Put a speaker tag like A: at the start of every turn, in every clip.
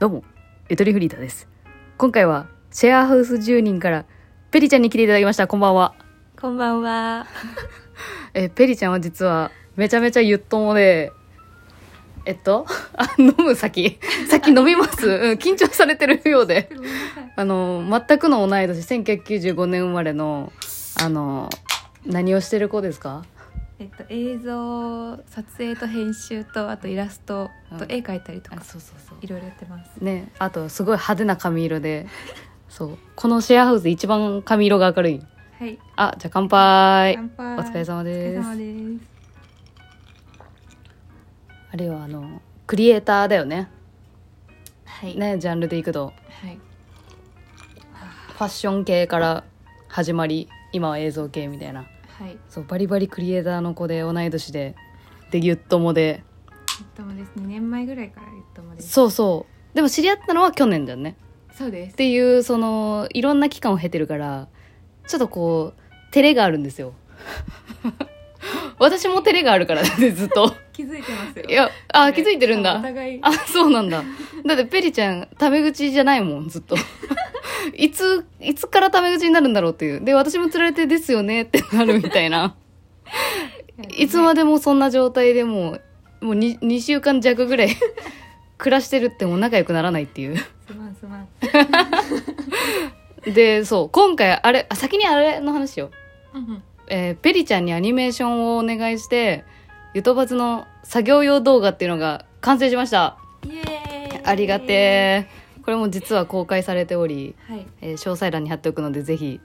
A: どうも、ゆとりフリーターです。今回は、シェアハウス住人から、ペリちゃんに来ていただきました。こんばんは。
B: こんばんは。
A: え、ペリちゃんは実は、めちゃめちゃゆっともで、えっと、 あ、飲む 先。先飲みます。うん、緊張されてるようで。あの、全くの同い年、1995年生まれの、あの、何をしてる子ですか
B: えっと映像撮影と編集とあとイラストと
A: うん
B: 絵描いたりとか
A: そうそうそう
B: いろいろやってます。
A: ねあとすごい派手な髪色でそうこのシェアハウスで一番髪色が明るい
B: はい。
A: あじゃあ乾杯
B: 乾杯。
A: お疲れ様です
B: お疲れ様です
A: あるいはあのクリエイターだよね
B: はい
A: ねジャンルでいくと
B: はい。
A: ファッション系から始まり今は映像系みたいな
B: はい。
A: そうバリバリクリエイターの子で同い年ででギュッともで
B: ゆっともです。二年前ぐらいからゆっともです。
A: そうそうでも知り合ったのは去年だよね
B: そうで
A: っ
B: す。
A: ていうそのいろんな期間を経てるからちょっとこう照れがあるん ですよ私も照れがあるからねずっと
B: 気づいてますよ。
A: いやあ気づいてるんだ
B: お互い。
A: あそうなんだだってペリちゃんタメ口じゃないもんずっと いついつからタメ口になるんだろうっていうで私も釣られてですよねってなるみたいないつま
B: で。
A: でもそんな状態でもうもう 2, 2週間弱ぐらい 暮らしてるってもう仲良くならないっていう
B: すまんすまん。
A: でそう今回あれあ先にあれの話よ
B: うんうん
A: えーペリちゃんにアニメーションをお願いしてゆとばつの作業用動画っていうのが完成しました
B: イエーイ。
A: ありがてーこれも実は公開されており、
B: はい。
A: えー詳細欄に貼っておくのでぜひ、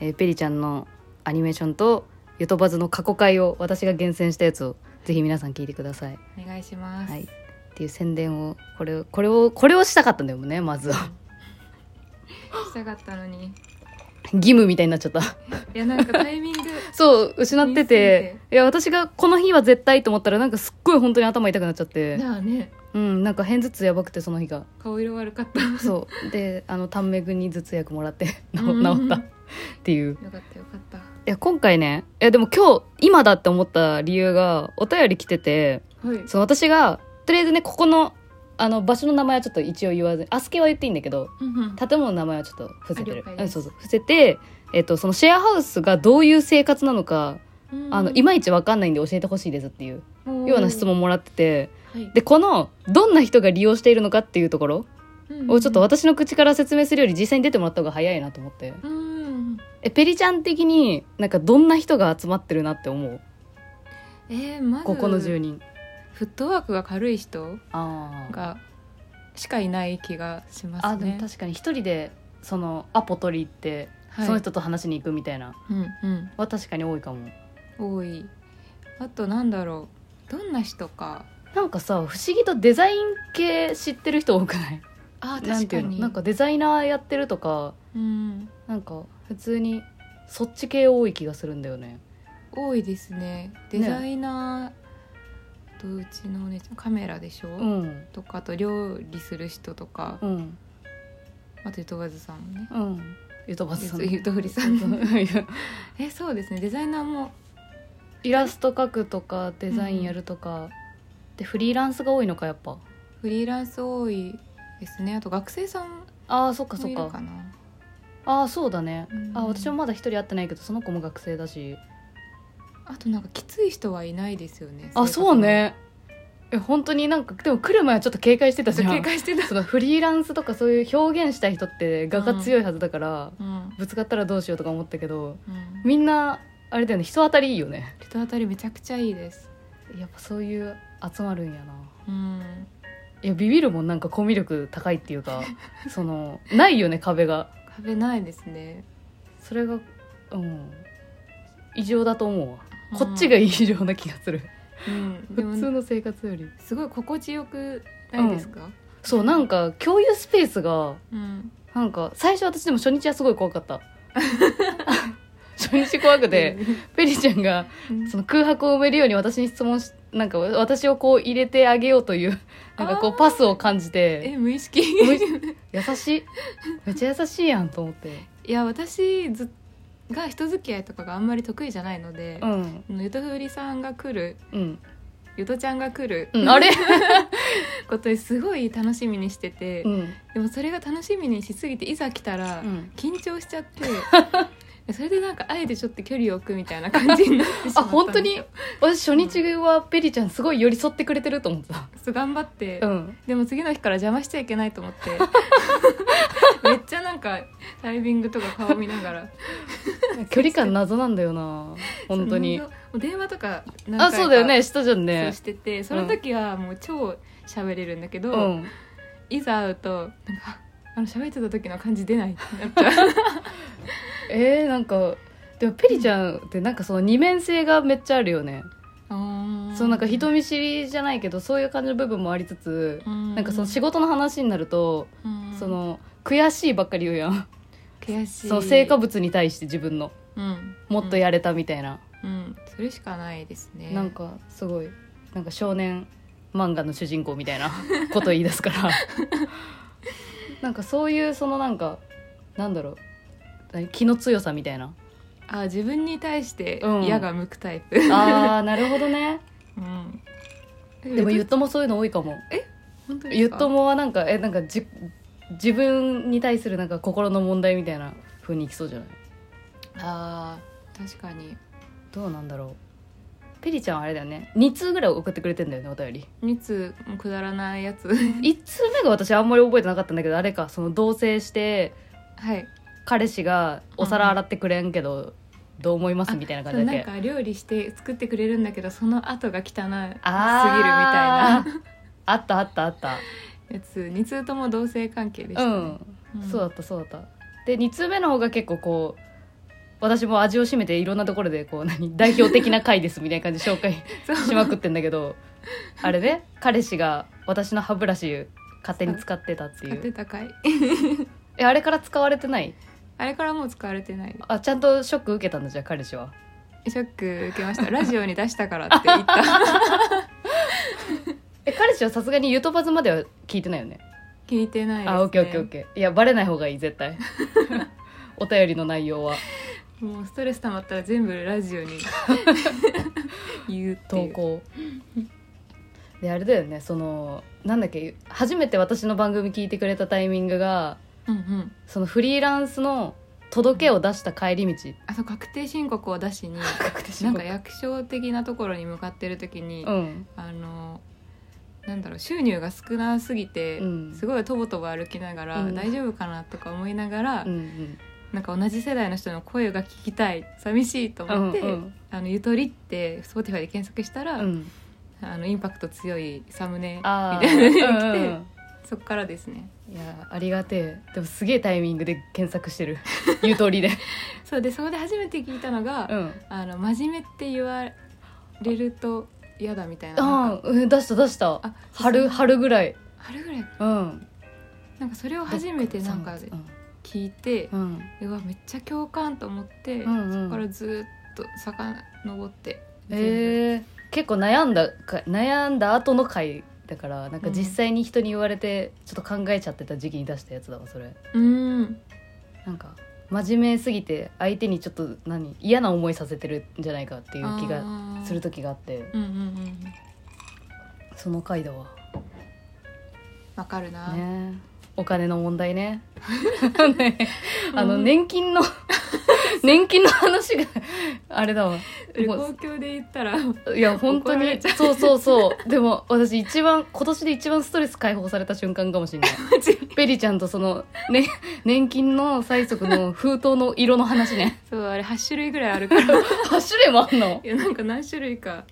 A: えーペリちゃんのアニメーションとゆとばつの過去回を私が厳選したやつをぜひ皆さん聞いてください、
B: お願いします。
A: はい、っていう宣伝をこれをこれをこれをしたかったんだよねまずは
B: したかったのに。
A: 義務みたいになっちゃった
B: いやなんかタイ ミング。
A: そう失ってて
B: 見
A: いや私がこの日は絶対と思ったらなんかすっごい本当に頭痛くなっちゃって
B: なあね。
A: うんなんか片頭痛やばくてその日が
B: 顔色悪かった。
A: そうであのタンメグに頭痛薬もらって 治
B: うん
A: 治ったっていう
B: よかったよかった。
A: いや今回ねいやでも今日今だって思った理由がお便り来てて
B: はい。
A: その私がとりあえずねここのあの場所の名前はちょっと一応言わずアスケは言っていいんだけど
B: うんうん
A: 建物の名前はちょっと伏せてる
B: あ了解、
A: う
B: で
A: ん、
B: す
A: そうそう伏せて、えっと、そのシェアハウスがどういう生活なのかあのいまいちわかんないんで教えてほしいですっていうような質問もらっててでこのどんな人が利用しているのかっていうところをちょっと
B: 私
A: 私の口から説明するより実際に出てもらった方が早いなと思って
B: うん
A: えペリちゃん的になんかどんな人が集まってるなって思う
B: えー、まず
A: ここの住人
B: フットワークが軽い人
A: あー
B: がしかいない気がしますね
A: あでも確かに一人でそのアポ取り行って、
B: はい
A: その人と話しに行くみたいな
B: うん
A: は確かに多いかも
B: うん多いあとなんだろうどんな人か
A: なんかさ不思議とデザイン系知ってる人多くない
B: あー
A: なんて
B: 確か
A: いうの
B: に
A: なんかデザイナーやってるとか
B: うん
A: なんか普通にそっち系多い気がするんだよね
B: 多いですねデザイナーとうちのお姉ちゃんカメラでしょ、
A: うん
B: とかあと料理する人とか、
A: うん
B: あとゆとわずさんもね
A: うんゆとばつさん
B: ゆとふりさん
A: そうそう いや
B: えそうですねデザイナーも
A: イラスト描くとかデザインやるとか、でフリーランスが多いのかやっぱ
B: フリーランス多いですねあと学生さんも
A: ああそっかそっ
B: い
A: か
B: るかな
A: ああそうだね、
B: うん
A: あ私もまだ一人会ってないけどその子も学生だし
B: あとなんかきつい人はいないですよね
A: あそうねえ本当になんかでも来る前はちょっと 警戒してた
B: そ
A: じ
B: う
A: ゃん
B: 警戒してた、
A: そのフリーランスとかそういう表現したい人って画が強いはずだから、
B: うん
A: ぶつかったらどうしようとか思ったけど
B: うん、
A: みんなあれだよね人当たりいいよね
B: 人当たりめちゃくちゃいいです
A: やっぱそういう集まるんやな
B: うん
A: いやビビるもんなんかコミュ力高いっていう かそのないよね壁が
B: 壁ないですね
A: それがうん異常だと思うわこっちが異常な気がする、
B: うん、
A: 普
B: でも
A: 通の生活より
B: すごい心地よくないですか
A: そうなんか共有スペースが
B: うん、
A: なんか最初私でも初日はすごい怖か った初日怖くてペリちゃんが
B: うん、
A: その空白を埋めるように私に質問しなんか私をこう入れてあげようというなんかこ
B: あ
A: う
B: ー
A: パスを感じて
B: え無意識
A: 無意優しいめっちゃ優しいやんと思って
B: いや私ずが人付き合いとかがあんまり得意じゃないので
A: う、ん
B: あのゆとふりさんが来る
A: うん
B: ゆとちゃんが来る
A: うん、 あれ、
B: ことにすごい楽しみにしてて、
A: うん
B: でもそれが楽しみにしすぎていざ来たら
A: うん
B: 緊張しちゃって それでなんかあえてちょっと距離を置くみたいな感じになってしまっ た
A: あ
B: んですよ
A: 本当に私初日はペリちゃんすごい寄り添ってくれてると思ってた
B: そう頑張って、
A: うん
B: でも次の日から邪魔しちゃいけないと思って めっちゃなんかタイミングとか顔見ながら
A: 距離感謎なんだよな本当に
B: もう電話とか何
A: あ
B: 回か
A: そうだよねしたじゃん
B: そう
A: ね
B: しててその時はもう超喋れるんだけど、
A: うん
B: いざ会うとなんかああの喋ってた時の感じ出ないって なっちゃう
A: えー、なんかでもペリちゃんってなんかその二面性がめっちゃあるよね、
B: あー
A: そうなんか人見知りじゃないけどそういう感じの部分もありつつ、
B: うん
A: なんかその仕事の話になると、
B: うん
A: その悔しいばっかり言うやん、
B: 悔しい
A: その成果物に対して自分の
B: うん
A: もっとやれたみたいな、
B: うん、うんそれしかないですね
A: なんかすごいなんか少年漫画の主人公みたい なこと言い出すからなんかそういうそのなんかなんだろう何気の強さみたい な
B: あ自分に対して
A: うん
B: 矢が向くタイプ、
A: あーなるほどね
B: うん
A: でもゆっともそういうの多いかも
B: 本当ですか
A: ゆっともはなんかえなんかじ自分に対するなんか心の問題みたいな風にいきそうじゃない
B: あー確かに
A: どうなんだろうペリちゃんはあれだよね2通ぐらい送ってくれてんだよねお便り
B: 2つもくだらな いやつ
A: 1通目が私あんまり覚えてなかったんだけどあれかその同棲して
B: はい
A: 彼氏がお皿洗ってくれんけど、どう思います
B: あ
A: みたいな感じだっ
B: そう
A: け
B: なんか料理して作ってくれるんだけどその後が汚いすぎるみたい
A: あ
B: な
A: ーあったあったあった
B: やつ2通とも同性関係でした
A: う
B: ね、
A: ん、
B: ん
A: そうだったそうだったで2通目の方が結構こう私も味を占めていろんなところでこう何代表的な回ですみたいな感じで紹 介
B: そう
A: しまくってんだけどあれね彼氏が私の歯ブラシ勝手に使ってたってい
B: 買って
A: う
B: たかい
A: えあれから使われてない
B: あれからもう使われてない
A: あちゃんとショック受けたんだじゃあ彼氏は
B: ショック受 けましたラジオに出したからって言った
A: え彼氏はさすがにゆとばずまでは聞いてないよね
B: 聞いてないです、ね、
A: あオッケーオッケーオッケーいやバレない方がいい絶 対お便りの内容は
B: もうストレス溜まったら全部ラジオ に言うってい
A: 投
B: う
A: 稿であれだよねそのなんだっけ初めて私の番組聞いてくれたタイミングが
B: うんうん
A: そのフリーランスの届けを出した帰り道
B: あそう確定申告を出しに
A: 確定
B: なんか役所的なところに向かってる時に、
A: うん
B: あのなんだろう収入が少なすぎて、
A: うん
B: すごいとぼとぼ歩きながら、
A: うん
B: 大丈夫かなとか思いながら、
A: うんうん
B: なんか同じ世代の人の声が聞きたい寂しいと
A: うん
B: 思って「あのゆとり」って Spotify で検索したら、
A: うん
B: あのインパクト強いサムネみ
A: ああ
B: たいなのが来
A: うん
B: て、
A: うん
B: そこからですね
A: いやありがてえでもすげえタイミングで検索して るゆとりで
B: そうでそこで初めて聞いたのが「
A: うん
B: あの真面目」って言われると嫌だみたいななん
A: あ
B: か
A: ーうん出した出した
B: あ
A: 春
B: 春
A: 春ぐらい
B: 春ぐらい
A: うん
B: なんかそれを初めてなんか
A: うん
B: 聞いて
A: う、ん
B: うわめっちゃ共感と思って、
A: うんうん
B: そこからずっと遡って
A: えー、結構悩んだか悩んだ後の回だからなんか実際に人に言われてちょっと考えちゃってた時期に出したやつだわそれ
B: 全部うん
A: なんか真面目すぎて相手にちょっと何嫌な思いさせてるんじゃないかっていう気が
B: あー
A: する時があって
B: うんうんうん
A: その回だわ
B: わかるな、
A: ねお金の問題ねね あの年金の 年金の話があれだわ
B: 俺
A: もう
B: 公共で言ったら
A: いや本当
B: 怒られ
A: に
B: ち
A: そうそうそう でも私一番今年で一番ストレス解放された瞬間かも しれないペリちゃんとその、ね、年金の催促 の封筒の色の話ね
B: そうあれ8種類ぐらいあるからい
A: 8種類もあんの
B: やなんか何種類か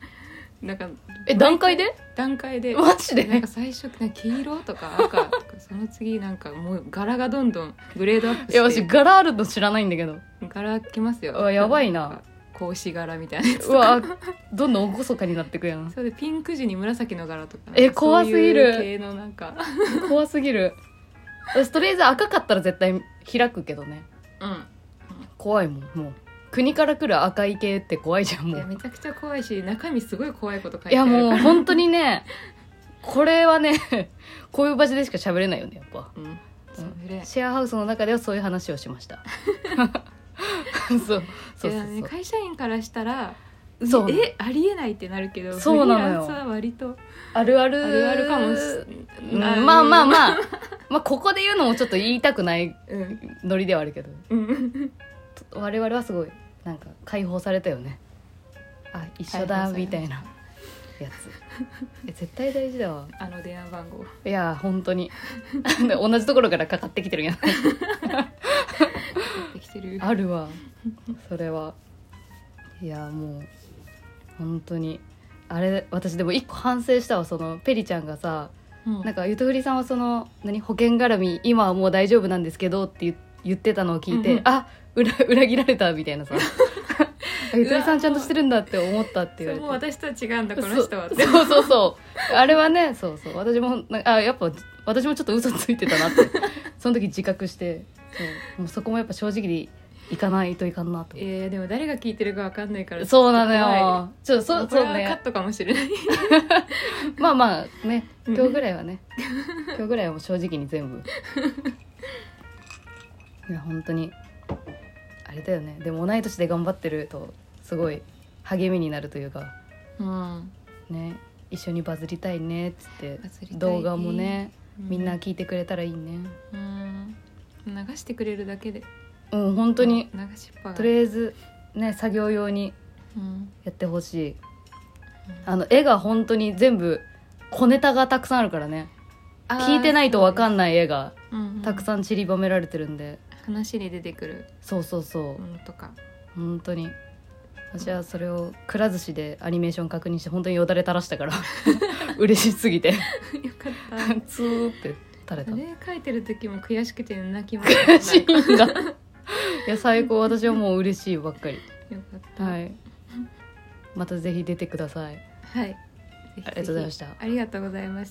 B: なんか
A: え段階で
B: 段階で
A: マジで
B: なんか最初なんか黄色とか赤とかその次なんかもう柄がどんどんグレードアップ
A: いや
B: し
A: 私
B: て
A: 柄あるの知らないんだけど
B: 柄きますよ
A: うわやばいなん
B: か格子柄みたいなやつ
A: うわどんどん厳かになってくや ん
B: それでピンク地に紫の柄とか
A: え怖すぎる
B: そういう系のなんか
A: 怖すぎる私とりあえず赤かったら絶対開くけどね
B: う
A: 怖いもんもう国から来る赤い系って怖いじゃん
B: ん
A: も
B: いうやめちゃくちゃ怖いし中身すごい怖いこと書い
A: い
B: て
A: や
B: あるから
A: もう本当にねこれはねこういう場所でしか喋れないよねやっぱ
B: うんそれ
A: シェアハウスの中ではそういう話 をしをしましたそうそうそう
B: い
A: そ
B: やね
A: う
B: 会社員からしたら
A: そう
B: えありえないってなるけど
A: そうなのよ
B: フリーランスは割と
A: あるあ
B: あ
A: る
B: るあるかもし
A: うんまあまあ
B: あ、
A: まあまあここで言うのもちょっと言いたくない
B: うん
A: ノリではあるけど
B: うん、
A: 我々はすごいなんか解放されたよねあ一緒
B: 解放
A: だ
B: されました
A: みたいなやつえ絶対大事だわ
B: あの電話番号
A: いや本当に で同じところからかかってきてるやん
B: できてる
A: あるわそれはいやもう本当にあれ私でも一個反省したわそのペリちゃんがさ
B: うん
A: なんかゆとふりさんはその何保険絡み今はもう大丈夫なんですけどって言言ってたのを聞いて、
B: うんうん
A: あ裏裏切られたみたいな さあゆとりさんちゃんとしてるんだって思ったって言
B: そうもう
A: われて
B: 私とは違うんだこの人はって
A: そうそうそうあれはねそうそう私もなんかあやっぱ私もちょっと嘘ついてたなってその時自覚してそうもうそこもやっぱ正直にいかないといかんなと思っ
B: えー、でも誰が 聞いてるかわかんないか
A: て
B: ら
A: そうなの
B: は
A: よちょっとそ
B: いも
A: う
B: うこ
A: そう
B: れはカ
A: ね
B: ットかもしれない
A: まあまあね
B: うん
A: 今日ぐらいはね今日ぐらいはもう正直に全部いや本当にあれだよねでも同い年で頑張ってるとすごい励みになると いうか
B: うん
A: ね一緒にバズりたいねっつって
B: バズりたいね
A: 動画もねみんな
B: う
A: 聞いてくれたらいいね
B: うん流してくれるだけで
A: うん本当に
B: 流しっぱが
A: とりあえずね作業用に
B: うん
A: やってほしいあの絵が本当に全部小ネタがたくさんあるからね聞いてないと分か
B: ん
A: んない絵がたく
B: ん
A: さん散りばめられてるんで
B: 話に出てくる
A: そうそうそう
B: ものと か
A: 本当に私はそれをくら寿司でアニメーション確認して本当によだれ垂らした から嬉しすぎて
B: よかった
A: ツーって垂れた
B: あれ書いてる時も悔しくて泣きま
A: 嬉
B: し
A: しい
B: た
A: んだいや最高私はもう嬉しいばっかり
B: よかった
A: はいまたぜひ出てください
B: はい
A: あ
B: ぜひぜひ
A: りがとうございました
B: ありがとうございました